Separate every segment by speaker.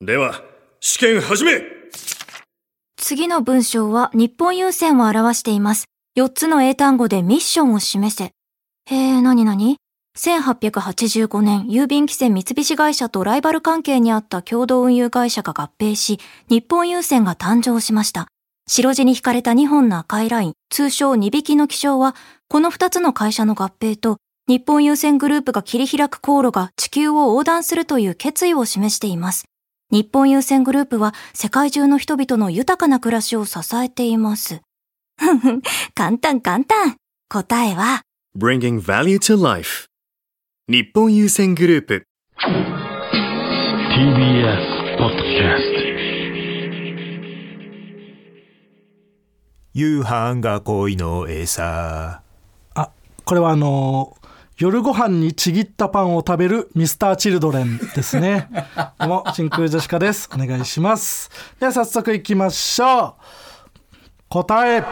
Speaker 1: では、試験始め
Speaker 2: 次の文章は日本郵船を表しています。4つの英単語でミッションを示せ。へえ、なになに ?1885 年、郵便規制三菱会社とライバル関係にあった共同運輸会社が合併し、日本郵船が誕生しました。白地に引かれた2本の赤いライン、通称2匹の気象は、この2つの会社の合併と、日本郵船グループが切り開く航路が地球を横断するという決意を示しています。日本郵船グループは世界中の人々の豊かな暮らしを支えています。ふんふん、簡単簡単。答えは、
Speaker 1: !Bringing Value to Life 日本優先グループ
Speaker 3: TBS ポッドキャスト
Speaker 4: 夕飯が恋の餌。
Speaker 5: あ、これはあのー夜ご飯にちぎったパンを食べるミスターチルドレンですね。 どうも、真空ジェシカです。お願いします。では早速行きましょう。答え。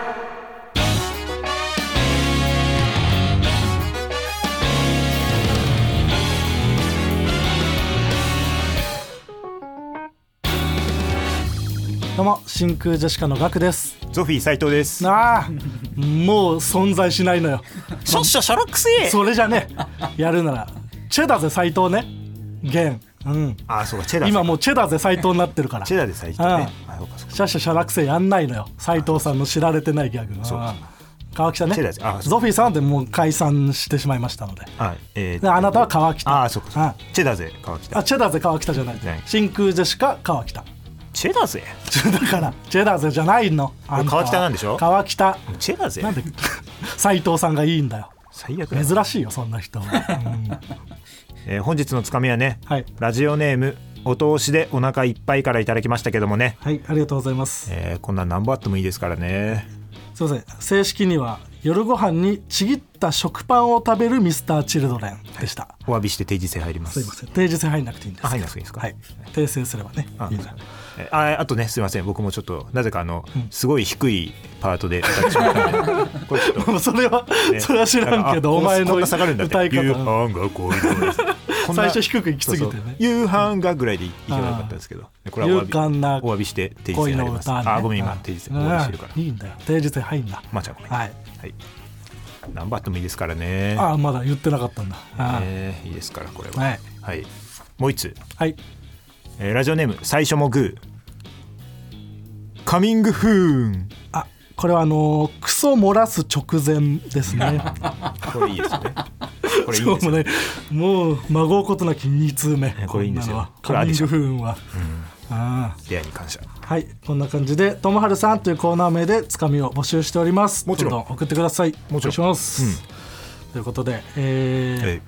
Speaker 5: どうも、真空ジェシカのガクです。
Speaker 4: ゾフィー斉藤です。
Speaker 5: ああ、もう存在しないのよ。
Speaker 4: シャッシャシャラクスイ
Speaker 5: それじゃねえやるならチェだぜ斎藤ねゲン、うん、
Speaker 4: あ、そうか、チェダー。
Speaker 5: 今もうチェだぜ斎藤になってるから
Speaker 4: チェ
Speaker 5: シャ
Speaker 4: ダーで斉藤ね。
Speaker 5: うん
Speaker 4: あ、そうか、そうか。
Speaker 5: シャシャラクセやんないのよ斎藤さんの知られてないギャグ
Speaker 4: うか
Speaker 5: うん川北ね
Speaker 4: チェだぜあそう
Speaker 5: ゾフィーさんでもう解散してしまいましたので
Speaker 4: あ、えー
Speaker 5: であなたは川北
Speaker 4: あ、そうか、そうか。チェダーぜ、川
Speaker 5: あ
Speaker 4: 北。
Speaker 5: チェだぜ川北じゃない
Speaker 4: ない
Speaker 5: 真空ジェシカ川北
Speaker 4: チェダーぜ。
Speaker 5: ちょだからチェだぜじゃないのあたは
Speaker 4: 川北なんでしょ
Speaker 5: 川北
Speaker 4: チェダーぜ
Speaker 5: な。んで斎藤さんがいいんだよ
Speaker 4: 最悪だ。
Speaker 5: 珍しいよそんな人、 うん
Speaker 4: えー本日のつかみはね、
Speaker 5: はい
Speaker 4: ラジオネーム、お通しでお腹いっぱいからいただきましたけどもね。
Speaker 5: はいありがとうございます
Speaker 4: えーこんなん何本あってもいいですからね。
Speaker 5: すいません正式には夜ご飯にちぎった食パンを食べるミスターチルドレンでした、
Speaker 4: お詫びして定時制入ります。
Speaker 5: すいません定時制入んなくていいんです
Speaker 4: あ入んなくていいんですか
Speaker 5: はい、訂正すればね
Speaker 4: あ
Speaker 5: いいな
Speaker 4: えああとねすいません僕もちょっとなぜかあの、すごい低いパートで歌ってしまったの でこれちょっと、
Speaker 5: もうそれは、それは知らんけど
Speaker 4: あ
Speaker 5: お前の
Speaker 4: こんな下がるんだって
Speaker 5: 歌い
Speaker 4: 夕飯
Speaker 5: 方
Speaker 4: がこういうのですこんな
Speaker 5: 最初低く行き過ぎてね
Speaker 4: そうそう夕飯がぐらいでいけばよかったんですけどこれはお
Speaker 5: 勇敢な
Speaker 4: 詫びお詫びして定時制
Speaker 5: 恋
Speaker 4: 入り
Speaker 5: の
Speaker 4: ます、
Speaker 5: 歌、ね、
Speaker 4: あごめん今
Speaker 5: う
Speaker 4: 定時制お詫びしてるから、
Speaker 5: うんいいんだよ定時制入んな
Speaker 4: まあちゃんごめん
Speaker 5: はい
Speaker 4: はい、何番あってもいいですからね
Speaker 5: ああまだ言ってなかったんだ、あー
Speaker 4: えーいいですからこれは
Speaker 5: はい、
Speaker 4: はいもう一つ
Speaker 5: はい
Speaker 4: えーラジオネーム最初もグーカミングフーン
Speaker 5: あこれはあのークソ漏らす直前ですね
Speaker 4: これいいですよねこれいい
Speaker 5: 今
Speaker 4: で
Speaker 5: 日
Speaker 4: すよ
Speaker 5: もね
Speaker 4: ね
Speaker 5: もう孫うことなき2通目
Speaker 4: これいいんです
Speaker 5: な
Speaker 4: よ
Speaker 5: のは
Speaker 4: これあ
Speaker 5: カ
Speaker 4: り
Speaker 5: ミ
Speaker 4: で
Speaker 5: ン
Speaker 4: し
Speaker 5: グ
Speaker 4: ょ
Speaker 5: 不運は、あ
Speaker 4: 出会いに感謝
Speaker 5: あはいこんな感じで「ともはるさん」というコーナー名でつかみを募集しております
Speaker 4: もちろん
Speaker 5: どど送ってください
Speaker 4: もち
Speaker 5: お願
Speaker 4: ろん
Speaker 5: いします、ということで、え
Speaker 4: えい
Speaker 5: ー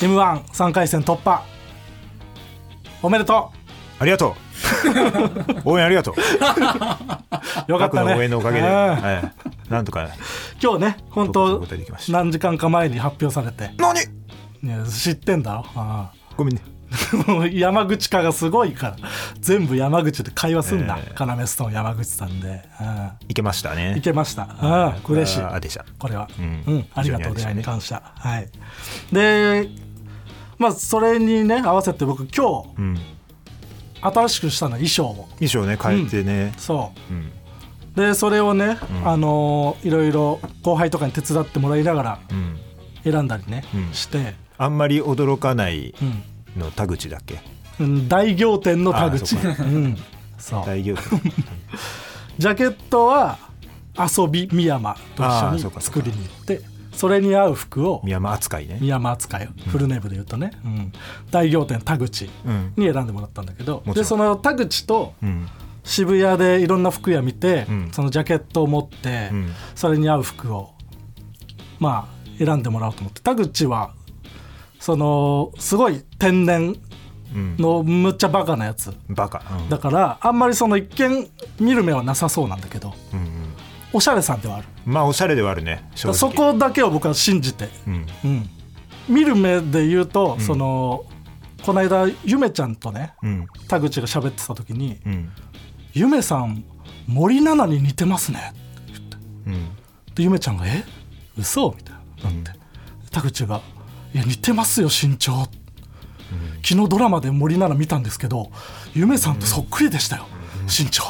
Speaker 5: M13 回戦突破おめでと
Speaker 4: ありがと う応援ありがとう
Speaker 5: うよかっ
Speaker 4: 僕
Speaker 5: たね
Speaker 4: の応援のおかげで、
Speaker 5: うん
Speaker 4: はい、なんとか
Speaker 5: 今日ね本
Speaker 4: お
Speaker 5: 当
Speaker 4: 答えできました
Speaker 5: 何時間か前に発表されて
Speaker 4: 何
Speaker 5: いや知ってんだろああ
Speaker 4: ごめんね
Speaker 5: もう山口化がすごいから全部山口で会話すんな、
Speaker 4: ええ
Speaker 5: カナメストーン山口さんで、う
Speaker 4: いけました
Speaker 5: ん、い
Speaker 4: ね
Speaker 5: けました、うん、嬉しい
Speaker 4: あーでした
Speaker 5: これは、
Speaker 4: う
Speaker 5: うんん
Speaker 4: 非
Speaker 5: あり
Speaker 4: 常に
Speaker 5: がとう出会いに感謝、はいでまあそれにね合わせて僕今日
Speaker 4: うん
Speaker 5: 新しくしたの衣装を
Speaker 4: 衣装ね変えてね、
Speaker 5: そう
Speaker 4: うん
Speaker 5: でそれをね、あのーいろいろ後輩とかに手伝ってもらいながら
Speaker 4: うん
Speaker 5: 選んだりね、
Speaker 4: うん
Speaker 5: して、
Speaker 4: あんまり驚かない
Speaker 5: うん
Speaker 4: の田口だっけ
Speaker 5: うん、大仰天の田口
Speaker 4: あーそう
Speaker 5: うんそう
Speaker 4: 大 行列
Speaker 5: ジャケットは遊び三山と
Speaker 4: あー
Speaker 5: 一緒に
Speaker 4: そうかそうか
Speaker 5: 作りに行ってそれに合う服を
Speaker 4: 宮山扱いね
Speaker 5: 三山扱いをフルネームで言うとね、うん大仰天田口
Speaker 4: うん
Speaker 5: に選んでもらったんだけど
Speaker 4: もちろん
Speaker 5: でその田口と
Speaker 4: うん
Speaker 5: 渋谷でいろんな服屋見て、
Speaker 4: うん
Speaker 5: そのジャケットを持って、
Speaker 4: うん
Speaker 5: それに合う服をまあ選んでもらおうと思って田口はそのすごい天然
Speaker 4: うん
Speaker 5: のむっちゃバカなやつ
Speaker 4: バカうん
Speaker 5: だからあんまりその一見見る目はなさそうなんだけど
Speaker 4: うんうん
Speaker 5: おしゃれさんではある。
Speaker 4: まあおしゃれではあるね正直
Speaker 5: そこだけを僕は信じて、
Speaker 4: うん
Speaker 5: うん見る目で言うと、そのこの間ゆめちゃんとね
Speaker 4: うん
Speaker 5: 田口が喋ってた時に
Speaker 4: うん
Speaker 5: 「ゆめさん森七菜に似てますね
Speaker 4: うん」
Speaker 5: でゆめちゃんが「え嘘みたいななって、田口が「いや似てますよ身長」昨日ドラマで森なら見たんですけどゆめさんとそっくりでしたよ身長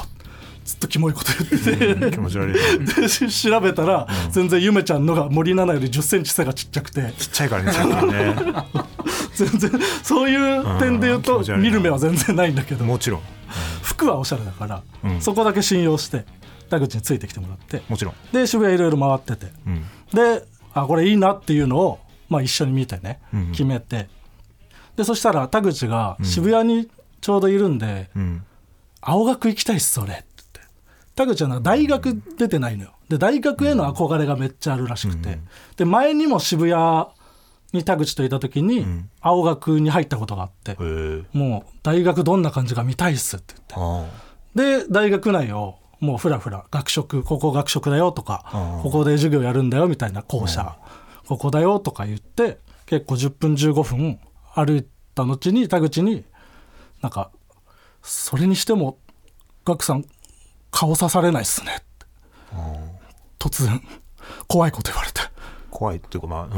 Speaker 5: ずっとキモいこと言ってて
Speaker 4: 気持ち悪いちっ
Speaker 5: でし調べたら、全然ゆめちゃんのが森七菜より1 0センチ背がちっちゃくて
Speaker 4: ちゃいからねちゃんとね
Speaker 5: 全然そういう点で言う
Speaker 4: うん気
Speaker 5: と、
Speaker 4: 持ち悪いな
Speaker 5: 見る目は全然ないんだ けど
Speaker 4: もちろん
Speaker 5: 服はおしゃれだから、
Speaker 4: うん
Speaker 5: そこだけ信用して田口についてきてもらって
Speaker 4: もちろん、
Speaker 5: で渋谷いろいろ回ってて
Speaker 4: うん、
Speaker 5: であこれいいなっていうのを、まあ、一緒に見てね、
Speaker 4: うん
Speaker 5: 決めてでそしたら田口が渋谷にちょうどいるんで、
Speaker 4: うん
Speaker 5: 青学行きたいっすそれって言って田口はな大学出てないのよで大学への憧れがめっちゃあるらしくて、で前にも渋谷に田口といた時に
Speaker 4: ん
Speaker 5: 青学に入ったことがあって、
Speaker 4: へえ
Speaker 5: もう大学どんな感じが見たいっすって言
Speaker 4: あ
Speaker 5: ってで大学内をもうふらふら学食ここ学食だよとか
Speaker 4: うん
Speaker 5: ここで授業やるんだよみたいな校舎、ここだよとか言って結構10分15分歩いた後に田口になんかそれにしてもガクさん顔刺されないっすねって突然怖いこと言われて
Speaker 4: 怖いっていうかまあ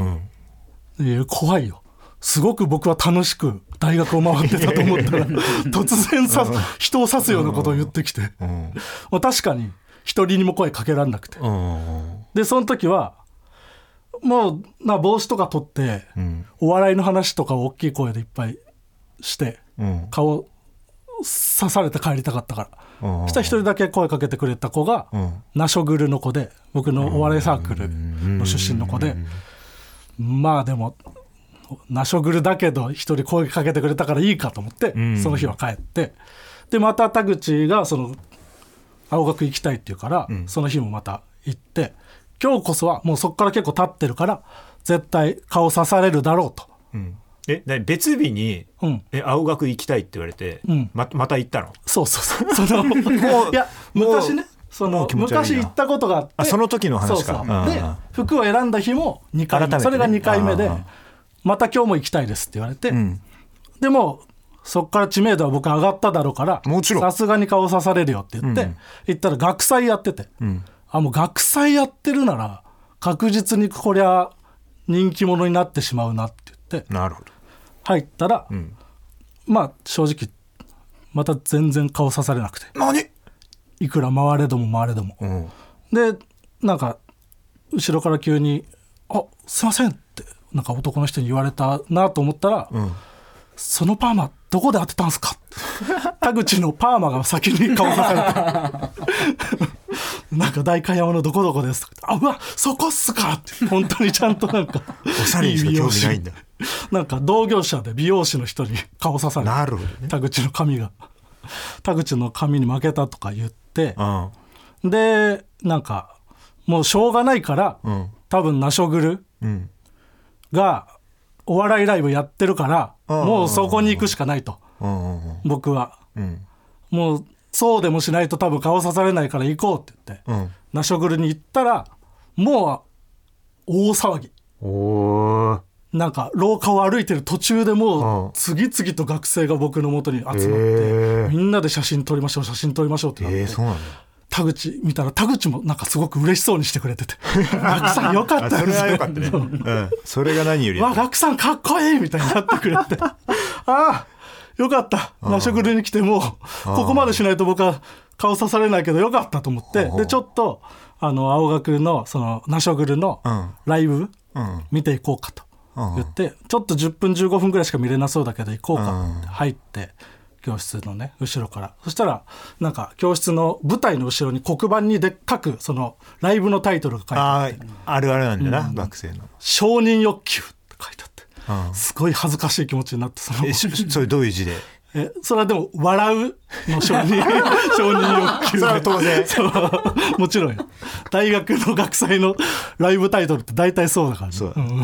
Speaker 4: うん
Speaker 5: いや怖いよすごく僕は楽しく大学を回ってたと思ったら突然さ人を刺すようなことを言ってきて、
Speaker 4: うん
Speaker 5: まあ、確かに一人にも声かけられなくて
Speaker 4: うん
Speaker 5: でその時はもうな帽子とか取って、
Speaker 4: うん
Speaker 5: お笑いの話とかを大きい声でいっぱいして
Speaker 4: うん
Speaker 5: 顔刺されて帰りたかったから。そしたら一人だけ声かけてくれた子が、
Speaker 4: うん
Speaker 5: ナショグルの子で僕のお笑いサークルの出身の子で、まあでもナショグルだけど一人声かけてくれたからいいかと思って、
Speaker 4: ん
Speaker 5: その日は帰ってでまた田口がその青学行きたいって言うから、その日もまた行って今日こそはもうそこから結構経ってるから絶対顔刺されるだろうと。
Speaker 4: うんえなに別日に
Speaker 5: うん
Speaker 4: え青学行きたいって言われて
Speaker 5: うん
Speaker 4: ままた行ったの
Speaker 5: そうそうそう。そ のいや昔ね、そ
Speaker 4: も
Speaker 5: の
Speaker 4: う気持ち悪い
Speaker 5: 昔
Speaker 4: な
Speaker 5: 行ったことがあって、
Speaker 4: あその時の話か
Speaker 5: そう
Speaker 4: うん
Speaker 5: そうで服を選んだ日も2回目、
Speaker 4: 改めてね
Speaker 5: それが2回目で
Speaker 4: うん、
Speaker 5: また今日も行きたいですって言われて、
Speaker 4: うん
Speaker 5: でもそこから知名度は僕上がっただろうから、
Speaker 4: もちろん
Speaker 5: さすがに顔刺されるよって言って、
Speaker 4: うん
Speaker 5: 行ったら学祭やってて、
Speaker 4: うん
Speaker 5: あもう学祭やってるなら確実にこりゃ人気者になってしまうなって言って
Speaker 4: なるほど
Speaker 5: 入ったら、
Speaker 4: ん
Speaker 5: まあ正直また全然顔刺されなくて。
Speaker 4: 何
Speaker 5: いくら回れども回れども。
Speaker 4: うん
Speaker 5: でなんか後ろから急に「あすいません」ってなんか男の人に言われたなと思ったら「
Speaker 4: ん
Speaker 5: そのパーマどこで当てたんすか?」 田口のパーマが先に顔さされて「なんか代官山のどこどこです」とかあうわそこっすか」って本当にちゃんとなんかお
Speaker 4: おしゃれにしか興味ないんだ
Speaker 5: なんか同業者で美容師の人に 顔刺されて
Speaker 4: なるほどね
Speaker 5: 田口の髪が田口の髪に負けたとか言って
Speaker 4: うん
Speaker 5: でなんかもうしょうがないから、
Speaker 4: ん
Speaker 5: 多分ナショグル
Speaker 4: うん
Speaker 5: がお笑いライブやってるから、
Speaker 4: うん
Speaker 5: もうそこに行くしかないと、
Speaker 4: うんうん
Speaker 5: 僕は
Speaker 4: うん
Speaker 5: もうそうでもしないと多分顔刺されないから行こうって言って、
Speaker 4: うん
Speaker 5: ナショグルに行ったらもう大騒ぎ
Speaker 4: うんおー
Speaker 5: なんか廊下を歩いてる途中でも
Speaker 4: う
Speaker 5: うん次々と学生が僕の元に集まって、
Speaker 4: へー
Speaker 5: みんなで写真撮りましょう写真撮りましょうってなって、
Speaker 4: えーそうなんだ
Speaker 5: 田口見たら田口もなんかすごく嬉しそうにしてくれ てて「ガクさんよかっ
Speaker 4: あ
Speaker 5: た
Speaker 4: それは良かった
Speaker 5: ね
Speaker 4: ねうんそれが何より
Speaker 5: わガクさんかっこいい!」みたいになってくれ てああよかったナショグルに来てもうここまでしないと僕は顔刺されないけどよかったと思ってでちょっとあの青学のそのナショグルの
Speaker 4: うん
Speaker 5: ライブ
Speaker 4: うん
Speaker 5: 見ていこうかと
Speaker 4: うん
Speaker 5: 言ってちょっと10分15分ぐらいしか見れなそうだけど行こうかっ
Speaker 4: うん
Speaker 5: て入って。教室のね後ろからそしたらなんか教室の舞台の後ろに黒板にでっかくそのライブのタイトルが書いてあって
Speaker 4: あーあるあるなんだな学生の
Speaker 5: 承認欲求って書いてあっ
Speaker 4: う
Speaker 5: て
Speaker 4: ん
Speaker 5: すごい恥ずかしい気持ちになってその
Speaker 4: えしそれどういう字で
Speaker 5: えそれはでも笑うの承 認承認欲求
Speaker 4: それは当然
Speaker 5: そうもちろんよ大学の学祭のライブタイトルって大体そうだからね、
Speaker 4: そう
Speaker 5: うん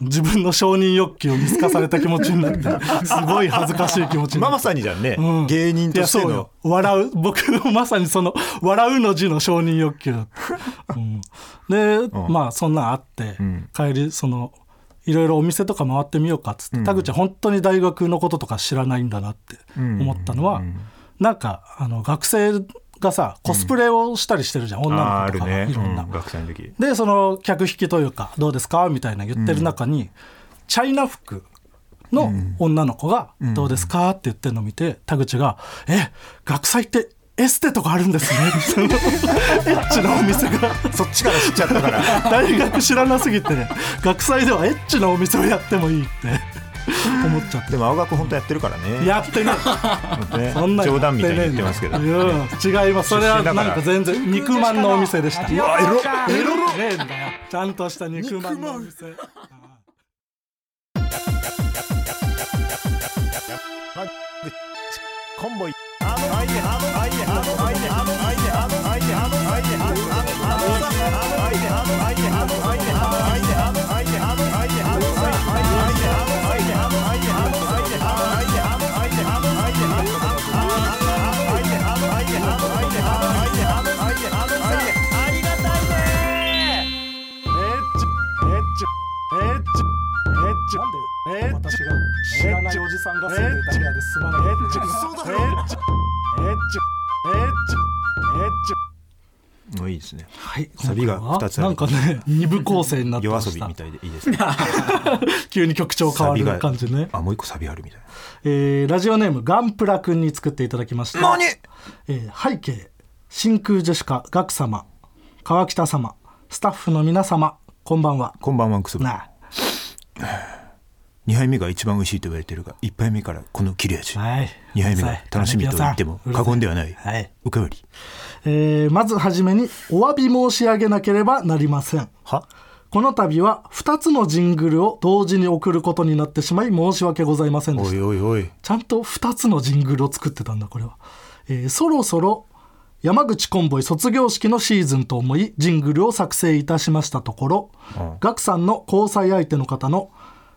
Speaker 5: 自分の承認欲求を見透かされた気持ちにな ってすごい恥ずかしい気持ちにな
Speaker 4: まあ
Speaker 5: って
Speaker 4: まさにじゃんね
Speaker 5: うん
Speaker 4: 芸人として
Speaker 5: いやそう
Speaker 4: の
Speaker 5: よ笑 う僕のまさにその「笑う」の字の承認欲求だった、 うんで、まあそんなんあって、
Speaker 4: ん
Speaker 5: 帰りそのいろいろお店とか回ってみようかっつって、田口は本当に大学のこととか知らないんだなって思ったのは、なんかあの学生がさコスプレをしたりしてるじゃん、女
Speaker 4: あーあ
Speaker 5: の子
Speaker 4: る
Speaker 5: とかが
Speaker 4: ね
Speaker 5: いろんな。
Speaker 4: うん学生の時
Speaker 5: でその客引きというか「どうですか?」みたいな言ってる中に、チャイナ服の女の子が「どうですか?」って言ってるのを見て田口が「え学祭ってエステとかあるんですね」そのエッチなお店が
Speaker 4: そっちから知っちゃったから
Speaker 5: 大学知らなすぎて学祭ではエッチなお店をやってもいいって思っちゃって
Speaker 4: でも青学本当やってるからね
Speaker 5: やってね
Speaker 4: 本当ね
Speaker 5: そんなん
Speaker 4: 冗談みたいに言ってますけど
Speaker 5: うん違いますそれはなんか全然肉まんのお店でしたうわエロエロねえんだよちゃんとした肉まんのお店
Speaker 4: コンボイ
Speaker 5: なんで私が知らないおじさんが住んでいた部屋で済まないエッチ嘘だろエッチエッチエッチエッチ
Speaker 4: もういいですね
Speaker 5: はい、
Speaker 4: サビが
Speaker 5: 今回は
Speaker 4: 二つある
Speaker 5: なんかね、二部構成になって
Speaker 4: 夜
Speaker 5: ました
Speaker 4: 遊びみたいでいいです ね
Speaker 5: 急に曲調変わる感じね。
Speaker 4: あもう一個サビあるみたいな
Speaker 5: えー、ラジオネーム、ガンプラ君に作っていただきました。何えー、背景、真空ジェシカ、ガク様、川北様、スタッフの皆様、こんばんは。
Speaker 4: こんばんはクソブ
Speaker 5: な
Speaker 4: 2杯目が一番美味しいと言われてるが1杯目からこの切れ味
Speaker 5: あ、はい。
Speaker 4: 2杯目が楽しみと言っても過言で
Speaker 5: は。
Speaker 4: はない
Speaker 5: はい。
Speaker 4: おかわり
Speaker 5: えー、まずはじめに、お詫び申し上げなければなりません。
Speaker 4: は
Speaker 5: この度は2つのジングルを同時に送ることになってしまい申し訳ございませんでした
Speaker 4: おいおいおい
Speaker 5: ちゃんと2つのジングルを作ってたんだこれは、えーそろそろ山口コンボイ卒業式のシーズンと思いジングルを作成いたしましたところ、ガクさんの交際相手の方の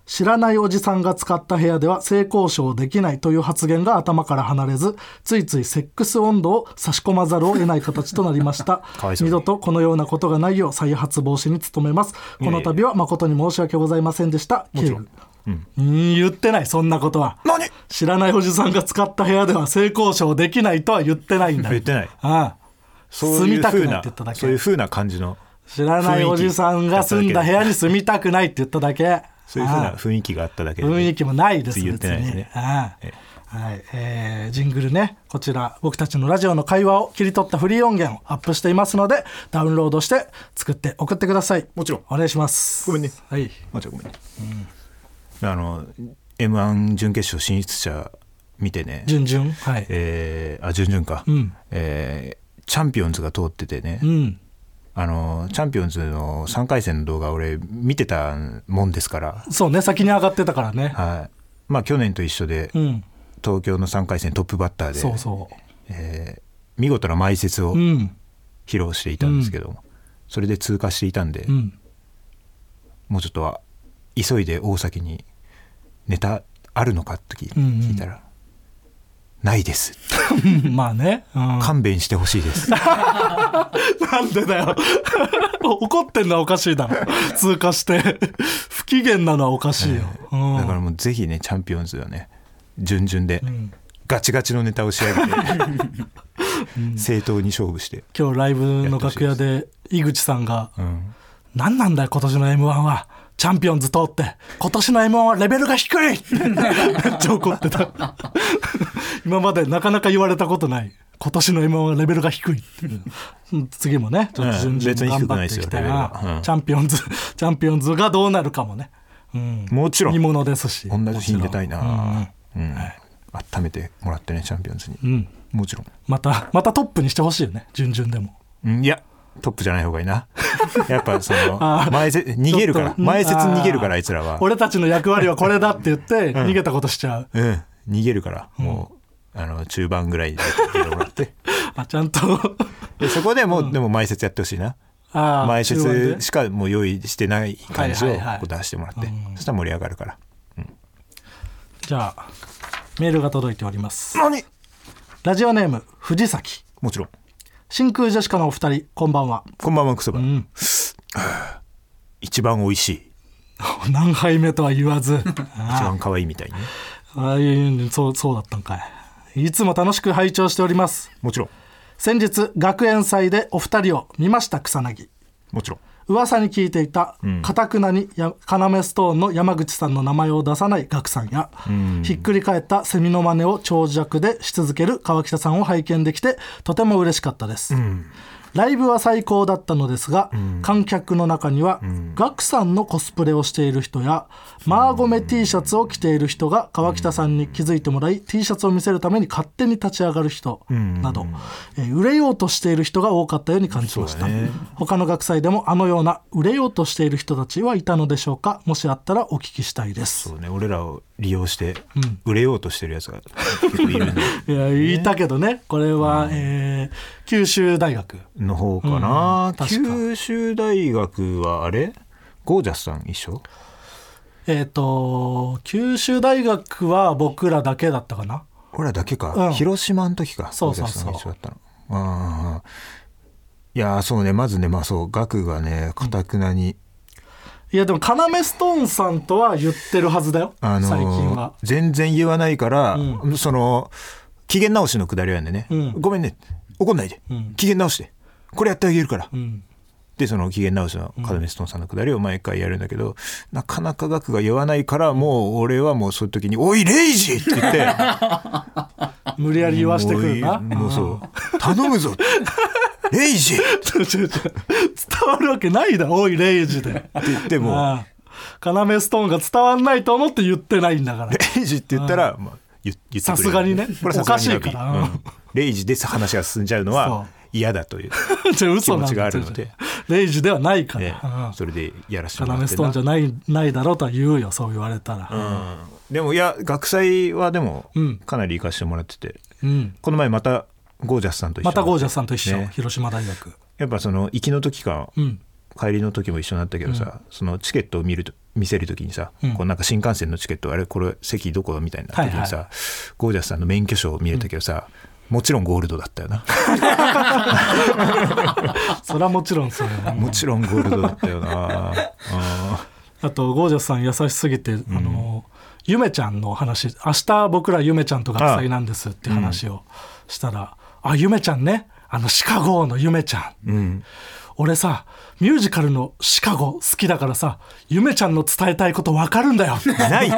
Speaker 5: 知らないおじさんが使った部屋では性交渉できないという発言が頭から離れずついついセックス温度を差し込まざるを得ない形となりました
Speaker 4: かわいそう
Speaker 5: 二
Speaker 4: に
Speaker 5: 度とこのようなことがないよう再発防止に努めますこの度は誠に申し訳ございませんでしたも
Speaker 4: ちろん
Speaker 5: うん言ってないそんなことは
Speaker 4: 何
Speaker 5: 知らないおじさんが使った部屋では性交渉できないとは言ってないんだ
Speaker 4: 言ってない
Speaker 5: ああ
Speaker 4: そういう
Speaker 5: 住みたく
Speaker 4: 風
Speaker 5: ないっ
Speaker 4: な
Speaker 5: て言っただけ
Speaker 4: そういう風な感じの
Speaker 5: 知らないおじさんが住んだ部屋に住みたくないって言っただけ
Speaker 4: そういう風
Speaker 5: あ
Speaker 4: な
Speaker 5: あ
Speaker 4: 雰囲気があっただけで
Speaker 5: 雰囲気もないです
Speaker 4: 言ってないですね
Speaker 5: 別にああ
Speaker 4: え
Speaker 5: はいえージングルねこちら僕たちのラジオの会話を切り取ったフリー音源をアップしていますのでダウンロードして作って送ってください
Speaker 4: もちろん
Speaker 5: お願いします
Speaker 4: ごめんね
Speaker 5: はい
Speaker 4: あじゃあごめんねあの m 1準決勝進出者見てね
Speaker 5: 順々はい
Speaker 4: えーあ準々か
Speaker 5: うん
Speaker 4: えーチャンピオンズが通っててね
Speaker 5: うん
Speaker 4: あのチャンピオンズの3回戦の動画俺見てたもんですから
Speaker 5: そうね先に上がってたからね
Speaker 4: はいまあ去年と一緒で
Speaker 5: うん
Speaker 4: 東京の3回戦トップバッターで
Speaker 5: そうそ
Speaker 4: えー見事な埋設を
Speaker 5: ううん
Speaker 4: 披露していたんですけども、それで通過していたんで、
Speaker 5: うん
Speaker 4: もうちょっとは急いで大崎に「ネタあるのか?」って聞い
Speaker 5: うんうん
Speaker 4: 聞いたら「ないです」
Speaker 5: まあね、うん
Speaker 4: 勘弁してほしいです」
Speaker 5: なんでだよ 怒ってんのはおかしいだろ通過して 不機嫌なのはおかしいよ、うん
Speaker 4: だからもうぜひねチャンピオンズはね順々で
Speaker 5: ん
Speaker 4: ガチガチのネタを仕上げて、正当に勝負して、
Speaker 5: 今日ライブの楽屋で井口さんが
Speaker 4: うん
Speaker 5: 「何なんだよ今年の m 1はチャンピオンズ通って今年の m 1はレベルが低い!」って めっちゃ怒ってた 今までなかなか言われたことない今年の m 1はレベルが低いっていううん次もねちょっと順
Speaker 4: うん別に
Speaker 5: 々
Speaker 4: 低く
Speaker 5: 頑
Speaker 4: な
Speaker 5: 張
Speaker 4: い
Speaker 5: って
Speaker 4: です
Speaker 5: い
Speaker 4: よ
Speaker 5: きたい
Speaker 4: レベルは
Speaker 5: な
Speaker 4: うん
Speaker 5: チャンピオンズチャンピオンズがどうなるかもね、うん、
Speaker 4: もちろ
Speaker 5: 煮
Speaker 4: ん
Speaker 5: 物ですし
Speaker 4: 同じ日に出たい
Speaker 5: も
Speaker 4: な、うん温めてもらってねチャンピオンズに、
Speaker 5: ちろんうん
Speaker 4: もちろん
Speaker 5: またまたトップにしてほしいよね順々でも
Speaker 4: うんいやトップじゃない方がいい なやっぱその
Speaker 5: あー
Speaker 4: 前せ逃げるか
Speaker 5: ちょ
Speaker 4: ら
Speaker 5: っとうん
Speaker 4: 前説逃げるか
Speaker 5: あー
Speaker 4: らあいつらは
Speaker 5: 俺たちの役割はこれだって言って逃げたことしちゃう、
Speaker 4: うん逃げるからもう、あの中盤ぐらいで出てもらって
Speaker 5: あちゃんと
Speaker 4: でそこでもう、でも前説やってほしいな
Speaker 5: あー
Speaker 4: 前
Speaker 5: 中
Speaker 4: 説
Speaker 5: 盤で
Speaker 4: しかもう用意してない感じを
Speaker 5: は
Speaker 4: こ
Speaker 5: いはいはいう
Speaker 4: 出してもらって、そしたら盛り上がるから
Speaker 5: じゃあメールが届いております
Speaker 4: 何
Speaker 5: ラジオネーム藤崎
Speaker 4: もちろん
Speaker 5: 真空ジェシカのお二人こんばんは
Speaker 4: こんばんはクソバ、
Speaker 5: ん
Speaker 4: 一番美味しい
Speaker 5: 何杯目とは言わず
Speaker 4: 一番可愛いみたいにね
Speaker 5: ああいうそうそうだったんかいいつも楽しく拝聴しております
Speaker 4: もちろん
Speaker 5: 先日学園祭でお二人を見ました草薙
Speaker 4: もちろん
Speaker 5: 噂に聞いていた
Speaker 4: うん
Speaker 5: かたくなにや要ストーンの山口さんの名前を出さない岳さんや、
Speaker 4: ん
Speaker 5: ひっくり返ったセミの真似を長尺でし続ける川北さんを拝見できてとても嬉しかったです、ライブは最高だったのですが、観客の中には、ガクさんのコスプレをしている人や、マーゴメ T シャツを着ている人が川北さんに気づいてもらい、T シャツを見せるために勝手に立ち上がる人など、えー売れようとしている人が多かったように感じました、
Speaker 4: そうだね
Speaker 5: 他の学祭でもあのような売れようとしている人たちはいたのでしょうかもしあったらお聞きしたいです
Speaker 4: そうね俺らを利用して売れようとしてるやつが結構いるんで
Speaker 5: いや言ったけどねこれは、えー九州大学
Speaker 4: の方かな、
Speaker 5: うん確か
Speaker 4: 九州大学はあれゴージャスさん一緒
Speaker 5: えっ、と九州大学は僕らだけだったかな
Speaker 4: 俺らだけか、
Speaker 5: うん
Speaker 4: 広島の時か
Speaker 5: そうそうそう
Speaker 4: ゴージャスさん一緒だったのうんうんうんいやーそうねまずねまあそう学がねかたくなに、
Speaker 5: いやでも要ストーンさんとは言ってるはずだよ、
Speaker 4: あのー
Speaker 5: 最近は
Speaker 4: 全然言わないから、
Speaker 5: うん
Speaker 4: その機嫌直しのくだりはね、
Speaker 5: うん
Speaker 4: ごめんね怒んないで、
Speaker 5: うん
Speaker 4: 機嫌直してこれやってあげるから、
Speaker 5: うん
Speaker 4: でその機嫌直しのカドメストーンさんのくだりを毎回やるんだけど、なかなか額が言わないからもう俺はもうそういう時に「おいレイジ!」って言って
Speaker 5: 無理やり言わしてくるな
Speaker 4: もういもうそう頼むぞレイジって
Speaker 5: うんちょちょちょ伝わるわけないだろおいレイジで
Speaker 4: 言っても
Speaker 5: ああ要ストーンが伝わんないと思って言ってないんだから
Speaker 4: レイジって言ったら、まあ、言言ってくれる
Speaker 5: さすがにね
Speaker 4: これはさすがに
Speaker 5: おかしいから
Speaker 4: ラビーうんレイジです話が進んじゃうのは
Speaker 5: そ
Speaker 4: 嫌だという。
Speaker 5: じゃあ嘘なん
Speaker 4: 気持ちがあ
Speaker 5: だ
Speaker 4: るので
Speaker 5: レイジではないから、
Speaker 4: ねそれでやらせて
Speaker 5: うん
Speaker 4: もら
Speaker 5: 要
Speaker 4: って
Speaker 5: ストーンじゃないないだろうとは言うよそう言われたら
Speaker 4: うんでもいや学祭はでも
Speaker 5: うん
Speaker 4: かなり行かしてもらってて、
Speaker 5: うん、
Speaker 4: この前またゴージャスさんと一緒
Speaker 5: またゴージャ
Speaker 4: ス
Speaker 5: スさんと一緒、
Speaker 4: ね
Speaker 5: 広島大学
Speaker 4: やっぱその行きの時か、
Speaker 5: うん
Speaker 4: 帰りの時も一緒になったけどさ、そのチケットを見ると見せる時にさ、
Speaker 5: うん
Speaker 4: こうなんか新幹線のチケットあれこれ席どこみたいになった時にさ、
Speaker 5: は
Speaker 4: ゴージャスさんの免許証を見れたけどさ、もちろんゴールドだったよな
Speaker 5: それはもちろんそうよ
Speaker 4: もちろんゴールドだった よな
Speaker 5: あとゴージャスさん優しすぎて、あのゆめちゃんの話明日僕らゆめちゃんと学祭なんですっていう話をしたら「あ,、ゆめちゃんねあのシカゴのゆめちゃん」
Speaker 4: うん
Speaker 5: 俺さミュージカルのシカゴ好きだからさゆめちゃんの伝えたいこと分かるんだ よ
Speaker 4: ないって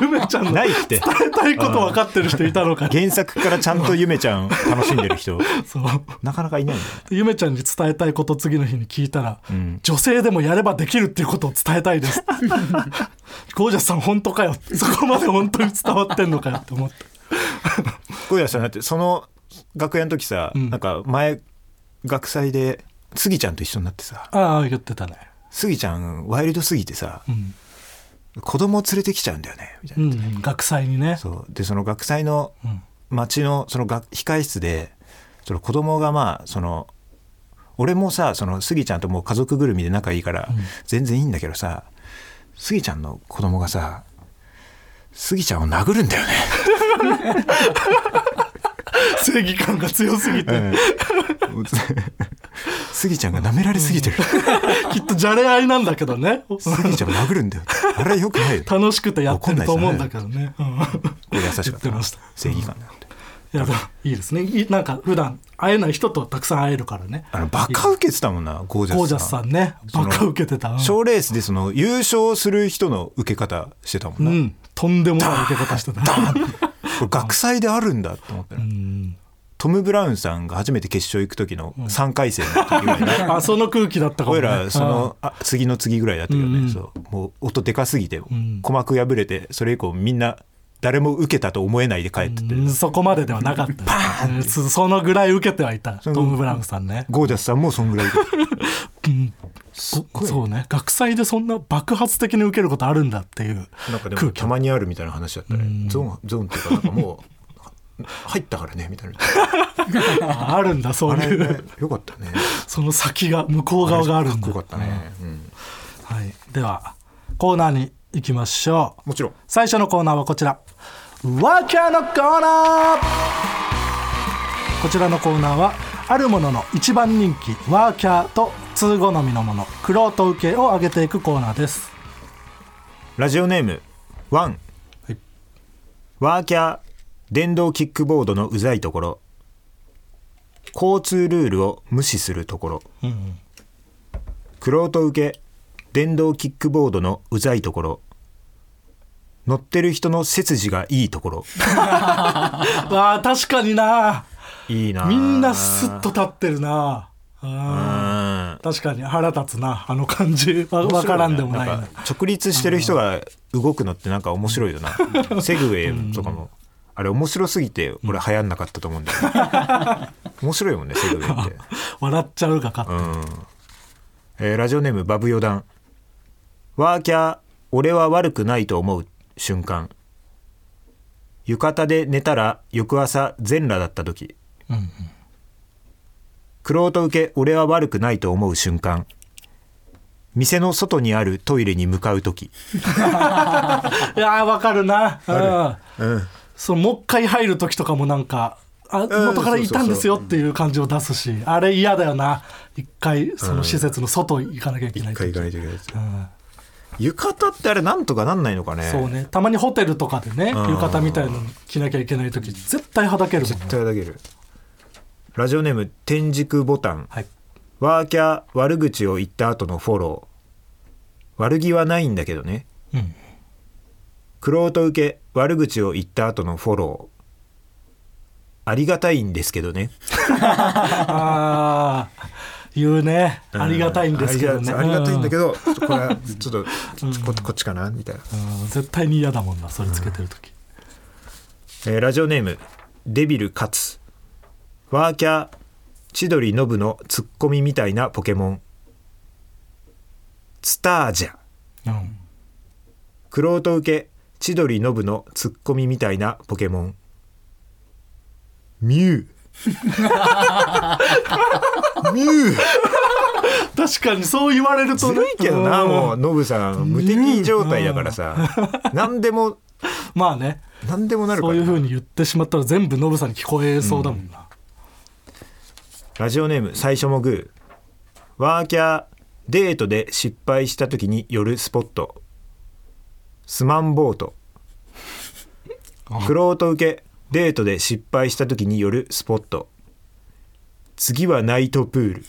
Speaker 5: ゆめちゃんの
Speaker 4: な
Speaker 5: 伝
Speaker 4: いって
Speaker 5: えたいこと分かってる人いたのか
Speaker 4: 原作からちゃんとゆめちゃん楽しんでる人
Speaker 5: そう
Speaker 4: なかなかいないんだよね
Speaker 5: ゆめちゃんに伝えたいこと次の日に聞いたら、
Speaker 4: ん
Speaker 5: 女性でもやればできるっていうことを伝えたいですゴージャスさん本当かよそこまで本当に伝わってんのかよって思って
Speaker 4: ゴーヤさんだってその楽屋の時さ、
Speaker 5: ん
Speaker 4: なんか前学祭でスギちゃんと一緒になってさ
Speaker 5: ああ言ってたね
Speaker 4: スギちゃんワイルドすぎてさ、
Speaker 5: ん
Speaker 4: 子供を連れてきちゃうんだよねみたいうな、
Speaker 5: ん学祭にね
Speaker 4: そうでその学祭の町のその学控室でその子供がまあその俺もさそのスギちゃんともう家族ぐるみで仲いいから全然いいんだけどさ、スギちゃんの子供がさスギちゃんを殴るんだよね
Speaker 5: 正義感が強すぎて、
Speaker 4: スギちゃんが舐められすぎてる、
Speaker 5: きっとじゃれ合いなんだけどね
Speaker 4: スギちゃんを殴るんだよあれはよくないよ
Speaker 5: 楽しくてやってると思うんだけどね、うん、
Speaker 4: 優
Speaker 5: 言
Speaker 4: しか
Speaker 5: っ
Speaker 4: った
Speaker 5: て
Speaker 4: な
Speaker 5: ました
Speaker 4: 正義感だって
Speaker 5: いやでもいいですねいなんか普段会えない人とたくさん会えるからね
Speaker 4: あのバカ受けてたもんなゴージャスさん
Speaker 5: ゴージャスさんねバカ受けてたうん
Speaker 4: 賞レースでその優勝する人の受け方してたもん
Speaker 5: う
Speaker 4: な、
Speaker 5: んとんでもない受け方してた
Speaker 4: これ学祭であるんだと思ったら、トム・ブラウンさんが初めて決勝行く時の3回戦の時ぐらい な、
Speaker 5: あその空気だったかも、ね、
Speaker 4: 俺らそのあ次の次ぐらいだったけどね、そうもう音でかすぎて鼓膜破れてそれ以降みんな誰も受けたと思えないで帰ってて、
Speaker 5: うんそこまでではなかったね、そそのぐらい受けてはいたト
Speaker 4: の
Speaker 5: ム・ブラウンさんね
Speaker 4: ゴージャスさんもそん ぐらい受けてた
Speaker 5: ごそうね学祭でそんな爆発的に受けることあるんだっていう
Speaker 4: なんかで
Speaker 5: 空
Speaker 4: も
Speaker 5: 気
Speaker 4: たまにあるみたいな話だったねゾーンゾーンっていうかなんかもう 入ったからねみたいな
Speaker 5: ああるんだそう
Speaker 4: あれ、
Speaker 5: いう
Speaker 4: ね、よかったね
Speaker 5: その先が向こう側があるんだ
Speaker 4: かっこよかったね、うん
Speaker 5: はい、ではコーナーに行きましょう
Speaker 4: もちろん
Speaker 5: 最初のコーナーはこちらワーキャーのコーナーこちらのコーナーはあるものの一番人気ワーキャーと通好みのものクロート受けを上げていくコーナーです
Speaker 4: ラジオネームワン、
Speaker 5: はい
Speaker 4: ワーキャー電動キックボードのうざいところ交通ルールを無視するところ、くろうと受け電動キックボードのうざいところ乗ってる人の背筋がいいところ
Speaker 5: わあ確かにない
Speaker 4: いなあ
Speaker 5: みんなスッと立ってるな
Speaker 4: う
Speaker 5: あ
Speaker 4: ん
Speaker 5: ー確かに腹立つなあの感じわ分からんでもない
Speaker 4: 面白
Speaker 5: ない
Speaker 4: ねんか直立してる人が動くのってなんか面白いよなセグウェイとかもあれ面白すぎて俺流行んなかったと思うんだよね、 面白いもんねセグウェイって
Speaker 5: 笑っちゃうがか、
Speaker 4: うんえーラジオネームバブヨダンワーキャー俺は悪くないと思う瞬間浴衣で寝たら翌朝全裸だった時
Speaker 5: うんうん
Speaker 4: クロート受け俺は悪くないと思う瞬間店の外にあるトイレに向かう時
Speaker 5: いやーわかるなうん
Speaker 4: うん
Speaker 5: そのもう一回入る時とかもなんかあ元からいたんですよっていう感じを出すしあれ嫌だよな一回その施設の外行かなきゃいけない時、
Speaker 4: ないといけないです
Speaker 5: うん
Speaker 4: 浴衣ってあれなんとかなんないのかね
Speaker 5: そうねたまにホテルとかでね浴衣みたいなの着なきゃいけない時絶対はだけるもんね
Speaker 4: 絶対だけるラジオネーム天竺ボタン
Speaker 5: はい
Speaker 4: ワーキャー悪口を言った後のフォロー悪気はないんだけどね
Speaker 5: うん
Speaker 4: クロート受け悪口を言った後のフォローありがたいんですけどね
Speaker 5: ああ言うねありがたいんですけどね
Speaker 4: ありがありがたいんだけ
Speaker 5: ど、
Speaker 4: ど、ちょっとこれはちょっとここっちかなみたいな、
Speaker 5: うんうん絶対に嫌だもんなそれつけてる時、
Speaker 4: えーラジオネームデビル勝つワーキャー千鳥ノブのツッコミみたいなポケモンツタージャ
Speaker 5: うん
Speaker 4: クロート受け千鳥ノブのツッコミみたいなポケモンミュウミュウ
Speaker 5: 確かにそう言われると
Speaker 4: ず
Speaker 5: ね
Speaker 4: るいけどな
Speaker 5: うん
Speaker 4: もうノブさん無敵状態だからさ何でも
Speaker 5: まあね
Speaker 4: 何でもなるか
Speaker 5: そう
Speaker 4: らな
Speaker 5: いう風に言ってしまったら全部ノブさんに聞こえそうだもんな、
Speaker 4: ラジオネーム最初もグーワーキャーデートで失敗した時に寄るスポットスマンボートクロート受けデートで失敗した時に寄るスポット次はナイトプール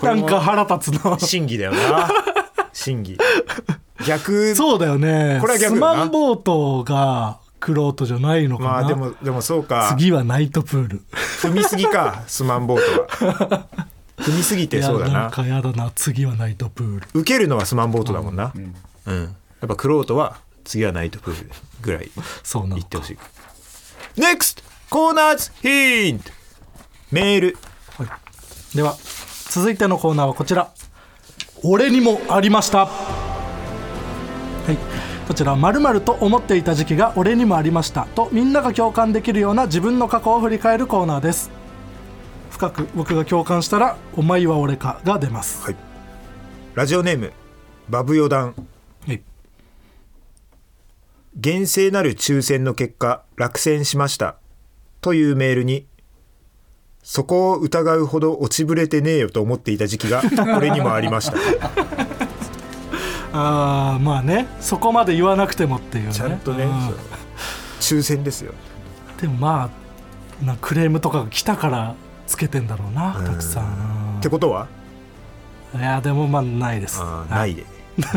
Speaker 4: これ
Speaker 5: なん
Speaker 4: も
Speaker 5: か腹立つな
Speaker 4: 真偽だよな真偽逆
Speaker 5: そうだよね
Speaker 4: これは逆
Speaker 5: ス
Speaker 4: よな
Speaker 5: マンボートがクロートじゃないのかな、
Speaker 4: まあでもでもそうか
Speaker 5: 次はナイトプール
Speaker 4: 踏みすぎかスマンボートは踏みすぎてそうだ
Speaker 5: いや
Speaker 4: なん
Speaker 5: かやだな次はナイトプール
Speaker 4: 受けるのはスマンボートだもんな、うんやっぱクロートは次はナイトプールぐらい
Speaker 5: そうなの
Speaker 4: 言っ
Speaker 5: か
Speaker 4: てほしい NEXT コーナーズヒントメール
Speaker 5: では続いてのコーナーはこちら「俺にもありました」はいこちら「まると思っていた時期が俺にもありました」とみんなが共感できるような自分の過去を振り返るコーナーです深く僕が共感したら「お前は俺か」が出ます、
Speaker 4: ラジオネームバブヨダン
Speaker 5: はい、
Speaker 4: 厳正なる抽選の結果落選しましたというメールにそこを疑うほど落ちぶれてねえよと思っていた時期が俺にもありました
Speaker 5: あーまあねそこまで言わなくてもっていうね
Speaker 4: ちゃんとね
Speaker 5: う
Speaker 4: そう抽選ですよ
Speaker 5: でもまあなクレームとかが来たからつけてんだろうなたくさん
Speaker 4: ってことは
Speaker 5: うんいやでもまあないです
Speaker 4: あー
Speaker 5: はい
Speaker 4: ないで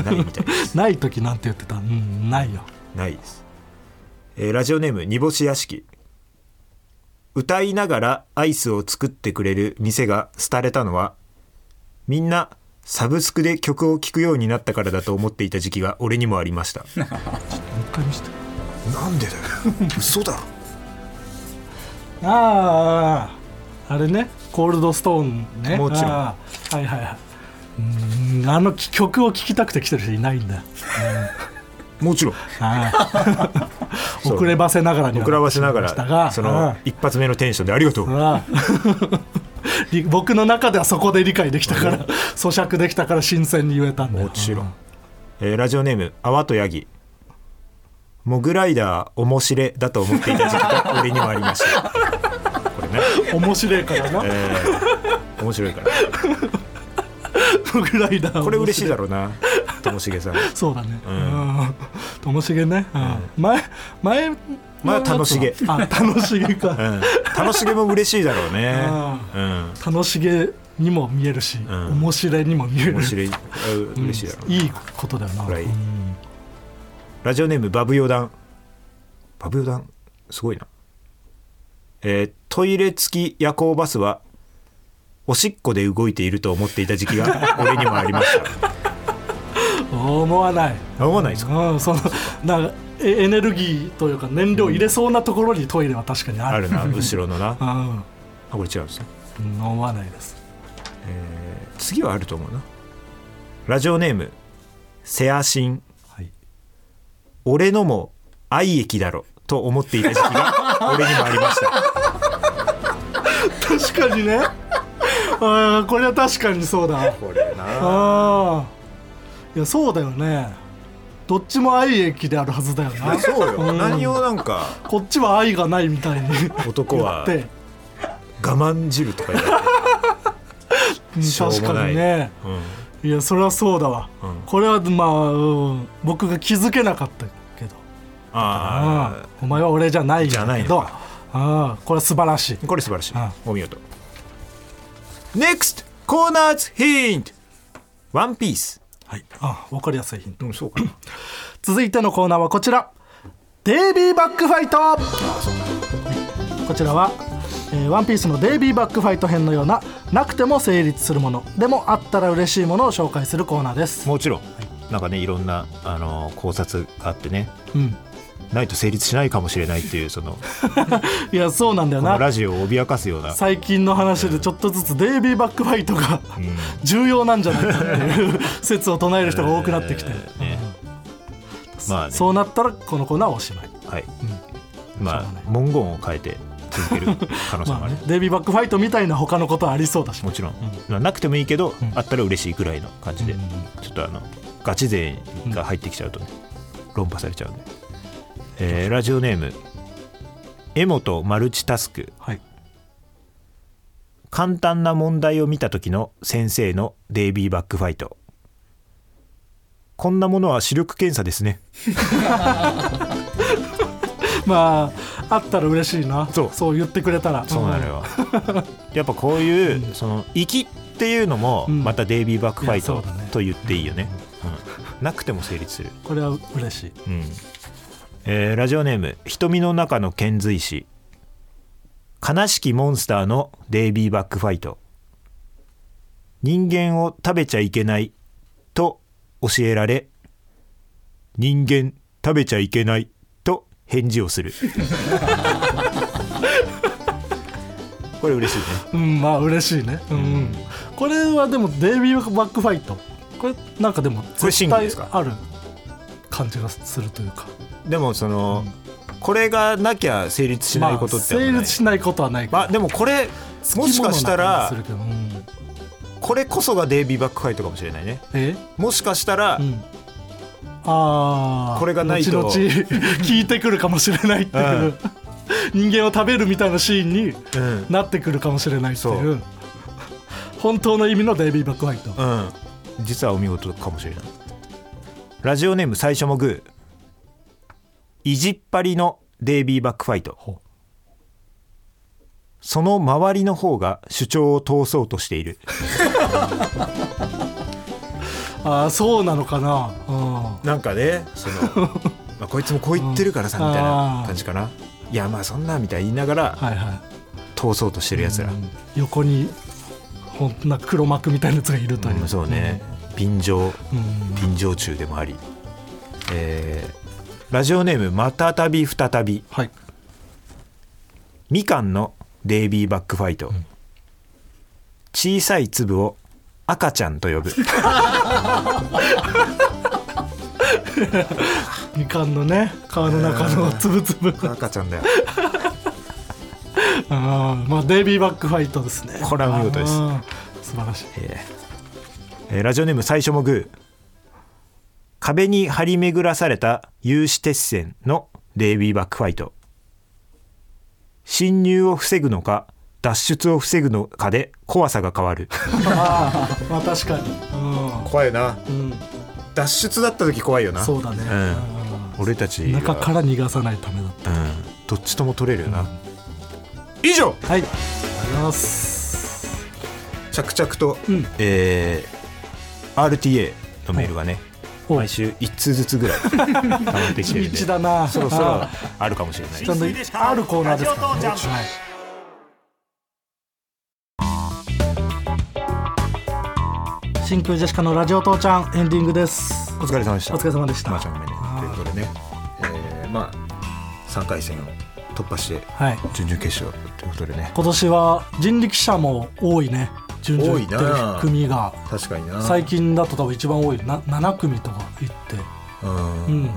Speaker 4: ないみたいです
Speaker 5: ない時なんて言ってたうんないよ
Speaker 4: ないです、えーラジオネーム煮干し屋敷歌いながらアイスを作ってくれる店が廃れたのはみんなサブスクで曲を聴くようになったからだと思っていた時期が俺にもありました
Speaker 5: もう一回見せて
Speaker 4: なんでだよ 嘘だ
Speaker 5: あああれねコールドストーンね
Speaker 4: もちろん
Speaker 5: あーはいはいはいうーんあのき曲を聴きたくて来てる人いないんだよ
Speaker 4: もちろん
Speaker 5: あー
Speaker 4: そう
Speaker 5: 遅ればせながらには
Speaker 4: 僕らはしなが
Speaker 5: なってしまいました
Speaker 4: ら
Speaker 5: が
Speaker 4: その一発目のテンションでありがと
Speaker 5: うん
Speaker 4: う
Speaker 5: あー り僕の中ではそこで理解できたから 咀嚼できたから新鮮に言えたんだよ
Speaker 4: もちろん、えーラジオネーム泡とヤギモグライダー面白れだと思っていた時期が俺にもありましたこれね
Speaker 5: うん面白いからな
Speaker 4: えー面白いから
Speaker 5: モグライダー
Speaker 4: これ嬉しいだろうなともしげさん
Speaker 5: そうだね。うんともしげね。うん前前の
Speaker 4: まあ
Speaker 5: やつは
Speaker 4: 楽しげ
Speaker 5: あ楽しげか。
Speaker 4: うん楽しげも嬉しいだろうね
Speaker 5: あ
Speaker 4: うん
Speaker 5: 楽しげにも見えるし、
Speaker 4: ん
Speaker 5: 面白いにも見える
Speaker 4: 面白いあ嬉しいだろうな、
Speaker 5: いいことだよな
Speaker 4: これはいい
Speaker 5: うん
Speaker 4: ラジオネームバブヨダンバブヨダンすごいなえートイレ付き夜行バスはおしっこで動いていると思っていた時期が俺にもありまし
Speaker 5: 思わない、
Speaker 4: た思わないですか
Speaker 5: うん、そのなんかエエネルギーというか燃料入れそうなところにトイレは確かにあ
Speaker 4: あ
Speaker 5: る
Speaker 4: るな後ろのな
Speaker 5: う
Speaker 4: あ
Speaker 5: ん
Speaker 4: これ違うんですね、
Speaker 5: うん思わないです
Speaker 4: えー次はあると思うなラジオネームセアシン
Speaker 5: はい
Speaker 4: 俺のも愛液だろと思っていた時期が俺にもありました
Speaker 5: 確かにねあーこれは確かにそうだ
Speaker 4: これな
Speaker 5: ああいやそうだよねどっちも愛液であるはずだよな
Speaker 4: そうよ、
Speaker 5: うん
Speaker 4: 何をなんか
Speaker 5: こっちは愛がないみたいに
Speaker 4: 男
Speaker 5: 言
Speaker 4: は
Speaker 5: って
Speaker 4: 我慢汁とか言わ
Speaker 5: うん
Speaker 4: しょう
Speaker 5: 確
Speaker 4: もない
Speaker 5: かにね
Speaker 4: れて、
Speaker 5: いやそれはそうだわ、
Speaker 4: うん
Speaker 5: これはまあ、うん僕が気づけなかったけど
Speaker 4: あ
Speaker 5: うんお前は俺じゃないんだけど
Speaker 4: じゃないのか
Speaker 5: ああこれは素晴らしい
Speaker 4: あこれ素晴らしい
Speaker 5: うん
Speaker 4: お見事 NEXT コーナーズヒントワンピース
Speaker 5: はいあ分かりやすいヒント
Speaker 4: うんそうかな
Speaker 5: 続いてのコーナーはこちらデイビーバックファイトこちらは、えーワンピースのデイビーバックファイト編のようななくても成立するものでもあったら嬉しいものを紹介するコーナーです、
Speaker 4: もちろんなんかねいろんなあのー考察があってね
Speaker 5: うん、
Speaker 4: ないと成立しないかもしれないっていう その
Speaker 5: いやそうなんだよ
Speaker 4: この
Speaker 5: な
Speaker 4: ラジオを脅かすような
Speaker 5: 最近の話でちょっとずつデイビーバックファイトが重要なんじゃないかっていう説を 唱える人が多くなってきて、
Speaker 4: ねまあね
Speaker 5: そうなったらこのコーナーはおしまい
Speaker 4: はい
Speaker 5: しょう
Speaker 4: ま
Speaker 5: がない
Speaker 4: あ文言を変えて続ける可能 性
Speaker 5: ま
Speaker 4: も
Speaker 5: あ
Speaker 4: ある
Speaker 5: ね、デイビーバックファイトみたいな他のことはありそうだし
Speaker 4: もちろん、まあなくてもいいけど、あったら嬉しいぐらいの感じで、
Speaker 5: うんうん
Speaker 4: ちょっとあのガチ勢が入ってきちゃうとね、論破されちゃうんで、えーラジオネーム「エモとマルチタスク
Speaker 5: はい」
Speaker 4: 簡単な問題を見た時の先生のデイビーバックファイトこんなものは視力検査ですね
Speaker 5: まああったら嬉しいな
Speaker 4: そう
Speaker 5: 言ってくれたら
Speaker 4: そうなのよやっぱこういうその粋っていうのも
Speaker 5: うん
Speaker 4: またデイビーバックファイ
Speaker 5: い
Speaker 4: ト
Speaker 5: やそうだね
Speaker 4: と言っていいよね、うんなくても成立する
Speaker 5: これは嬉しい
Speaker 4: うんえーラジオネーム「瞳の中の遣隋使」「悲しきモンスターのデイビーバックファイト」「人間を食べちゃいけない」と教えられ「人間食べちゃいけない」と返事 をするこれ嬉しいね
Speaker 5: うんまあ嬉しいねうん、うん、これはでもデイビーバックファイトこれなんかでも
Speaker 4: これシン
Speaker 5: 絶
Speaker 4: グルで
Speaker 5: 対
Speaker 4: すか
Speaker 5: ある感じがするというか
Speaker 4: でもその、これがなきゃ成立しないことってあんま
Speaker 5: まあ
Speaker 4: ない
Speaker 5: 成立しないことはないけど
Speaker 4: まあでもこれもしかしたら
Speaker 5: 好きものな感じするけど
Speaker 4: これこそがデイビーバックファイトかもしれないね
Speaker 5: うんえ
Speaker 4: もしかしたら、
Speaker 5: うんあー
Speaker 4: これがないと
Speaker 5: 後々聞いてくるかもしれないっていう、人間を食べるみたいなシーンに
Speaker 4: うん
Speaker 5: なってくるかもしれないっていう
Speaker 4: そう
Speaker 5: 本当の意味のデイビー・バックファイト、
Speaker 4: うん実はお見事かもしれないラジオネーム最初もグーいじっぱりのデイビーバックファイトその周りの方が主張を通そうとしている
Speaker 5: ああそうなのかな、うん
Speaker 4: なんかねそ のまあこいつもこう言ってるからさみたいな感じかな、いやまあそんなみたいに言いながら
Speaker 5: はいは
Speaker 4: 通そうとしてるやつら、
Speaker 5: い、横にほんな黒幕みたいなやつがいるという、
Speaker 4: うんそうね、便乗
Speaker 5: うん、
Speaker 4: 便乗中でもあり、えーラジオネームまたたび再び
Speaker 5: はい
Speaker 4: みかんのデイビーバックファイト、小さい粒を赤ちゃんと呼ぶ
Speaker 5: みかんのね皮の中のつぶつぶ
Speaker 4: 赤ちゃんだよ
Speaker 5: あーまあデイビー・バックファイトですね
Speaker 4: これは見事です
Speaker 5: あー素晴らしい
Speaker 4: えーラジオネーム最初もグー壁に張り巡らされた有刺鉄線のデイビーバックファイト侵入を防ぐのか脱出を防ぐのかで怖さが変わる
Speaker 5: あーまあ確かに、
Speaker 4: 怖いな
Speaker 5: うんうん、
Speaker 4: 脱出だった時怖いよな
Speaker 5: そうだね、
Speaker 4: 俺たち
Speaker 5: うん
Speaker 4: は
Speaker 5: 中から逃がさないためだった
Speaker 4: うんどっちとも取れるよな、以上
Speaker 5: はいありがとうございます
Speaker 4: 着々と、
Speaker 5: うん
Speaker 4: えー RTA のメールがね
Speaker 5: ほう
Speaker 4: 毎週1通ずつぐら い溜まってきてるんで
Speaker 5: 道だな
Speaker 4: そろそろ
Speaker 5: あ
Speaker 4: あるかもしれない
Speaker 5: ーちゃんとあるコーナーですからねはい真空ジェシカのラジオ父ちゃんエンディングです
Speaker 4: お疲れ様でした
Speaker 5: お疲れ様でした
Speaker 4: まーちゃんごめんね
Speaker 5: あー
Speaker 4: ということでね、えーまあ3回戦を突破して
Speaker 5: はい
Speaker 4: 準々決勝ということでね
Speaker 5: 今年は人力車も多いね順々行って
Speaker 4: 多いな
Speaker 5: る組が
Speaker 4: 確かにな
Speaker 5: 最近だと多分一番多いな7組とか行って
Speaker 4: うん、
Speaker 5: うん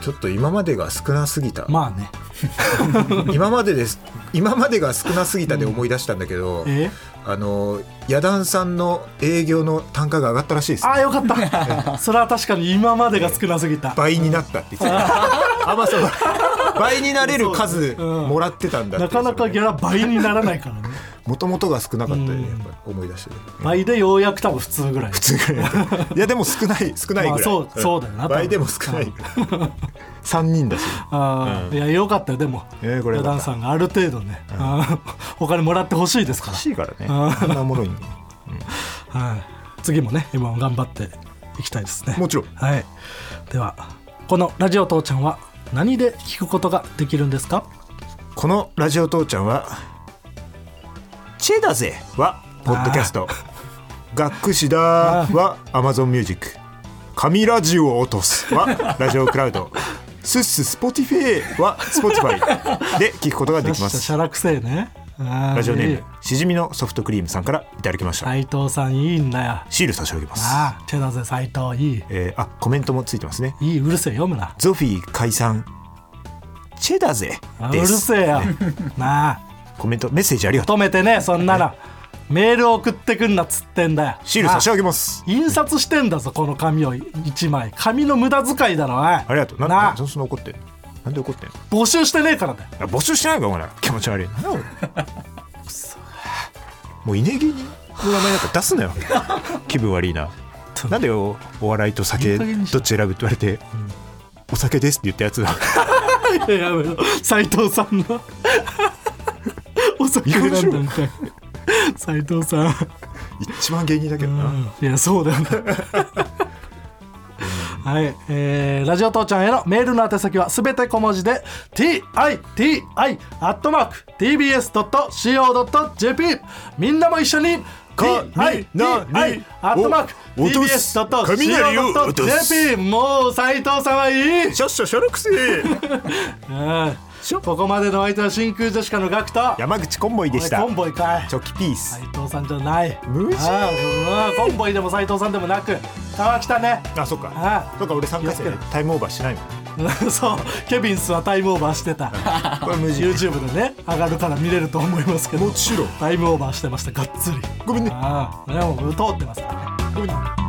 Speaker 4: ちょっと今までが少なすぎた、
Speaker 5: まあね
Speaker 4: 今までです今までが少なすぎたで思い出したんだけど、
Speaker 5: え
Speaker 4: あの野団さんの営業の単価が上がったらしいです
Speaker 5: ああよかった それは確かに今までが少なすぎた
Speaker 4: 倍になったって言って たアマゾン倍になれる数
Speaker 5: うん
Speaker 4: もらってたんだ
Speaker 5: なかなかギャラ倍にならないからね
Speaker 4: もともとが少なかったよね
Speaker 5: う
Speaker 4: や
Speaker 5: ん
Speaker 4: っぱり思い出してね
Speaker 5: 倍でようやく多分普通ぐらい
Speaker 4: 普通ぐらいいやでも少ない少ないぐらい、
Speaker 5: まあそうそうだよな多分
Speaker 4: 倍でも少ない3人だし
Speaker 5: あーいやよかったよでも
Speaker 4: えーこれ
Speaker 5: ダ
Speaker 4: よかった
Speaker 5: ンさんがある程度ね、 あーお金もらってほしいですから
Speaker 4: 欲しいからね
Speaker 5: あ
Speaker 4: こんなおもろいの
Speaker 5: はい、次もね m 1頑張っていきたいですね
Speaker 4: もちろん
Speaker 5: はい、ではこの「ラジオ父ちゃん」は何で聞くことができるんですか
Speaker 4: この「ラジオ父ちゃんは」チェだぜ」はポッドキャスト「学士だ」は Amazon ミュージック「神ラジオを落とす」はラジオクラ ウド「スッススポティフェイ」は Spotify で聞くことができま
Speaker 5: し
Speaker 4: す
Speaker 5: ゃらくせえねあー
Speaker 4: ラジオネ
Speaker 5: いい
Speaker 4: ーム
Speaker 5: よ
Speaker 4: しじみのソフトクリームさんからいただきました
Speaker 5: 斉藤さんいいんだよ
Speaker 4: シール差し上げます
Speaker 5: ああチェダーぜ斉藤いい
Speaker 4: えーあコメントもついてますね
Speaker 5: いいうるせえ読むな
Speaker 4: ゾフィー解散チェだぜ
Speaker 5: あう
Speaker 4: で
Speaker 5: る
Speaker 4: す
Speaker 5: せえ よなあ
Speaker 4: コメントメッセージありがとう
Speaker 5: 止めてねそんなのメール送ってくんなっつってんだよ
Speaker 4: シール差し
Speaker 5: なあ
Speaker 4: 上げます
Speaker 5: 印刷してんだぞこの紙を一枚紙の無駄遣いだろおい
Speaker 4: ありがとうなん
Speaker 5: なあ
Speaker 4: なんでそんな怒ってんのなんで怒ってんの
Speaker 5: 募集してねえからだよ
Speaker 4: あ募集してないかお前ら気持ち悪いなんだお前もう稲毛の名前なんか出すな よ気分悪いななんでおお笑いと酒
Speaker 5: いい加減にしろ
Speaker 4: どっち選ぶって言われて、お酒ですって言ったやつだ
Speaker 5: いややめろ斉藤さん のお酒選んだみたい斉藤さん
Speaker 4: 一番芸人だけどな、
Speaker 5: いやそうだよねはい、えーラジオ父ちゃんへのメールの宛先はすべて小文字で TITI.tbs.co.jp みんなも一緒に
Speaker 4: か
Speaker 5: TITI
Speaker 4: みなにお落とす雷を落とす
Speaker 5: TBS.co.jp もう斉藤さんはいい
Speaker 4: しょっしょしょろくせえ
Speaker 5: うんここまでのお相手は真空ジェシカのガクト
Speaker 4: 山口コンボイでした
Speaker 5: おいコンボイかい
Speaker 4: チョキピース、
Speaker 5: 斉藤さんじゃない
Speaker 4: 無事
Speaker 5: ああうんコンボイでも斉藤さんでもなく川北ね
Speaker 4: あそっか
Speaker 5: あ
Speaker 4: そうか俺3回戦
Speaker 5: 気を
Speaker 4: で
Speaker 5: つけ
Speaker 4: タイムオーバーしないもん
Speaker 5: うん そうケビンスはタイムオーバーしてた
Speaker 4: これ無
Speaker 5: YouTube でね上がるから見れると思いますけど
Speaker 4: もちろん
Speaker 5: タイムオーバーしてましたがっつり
Speaker 4: ごめんね
Speaker 5: ああでも通ってますからねごめん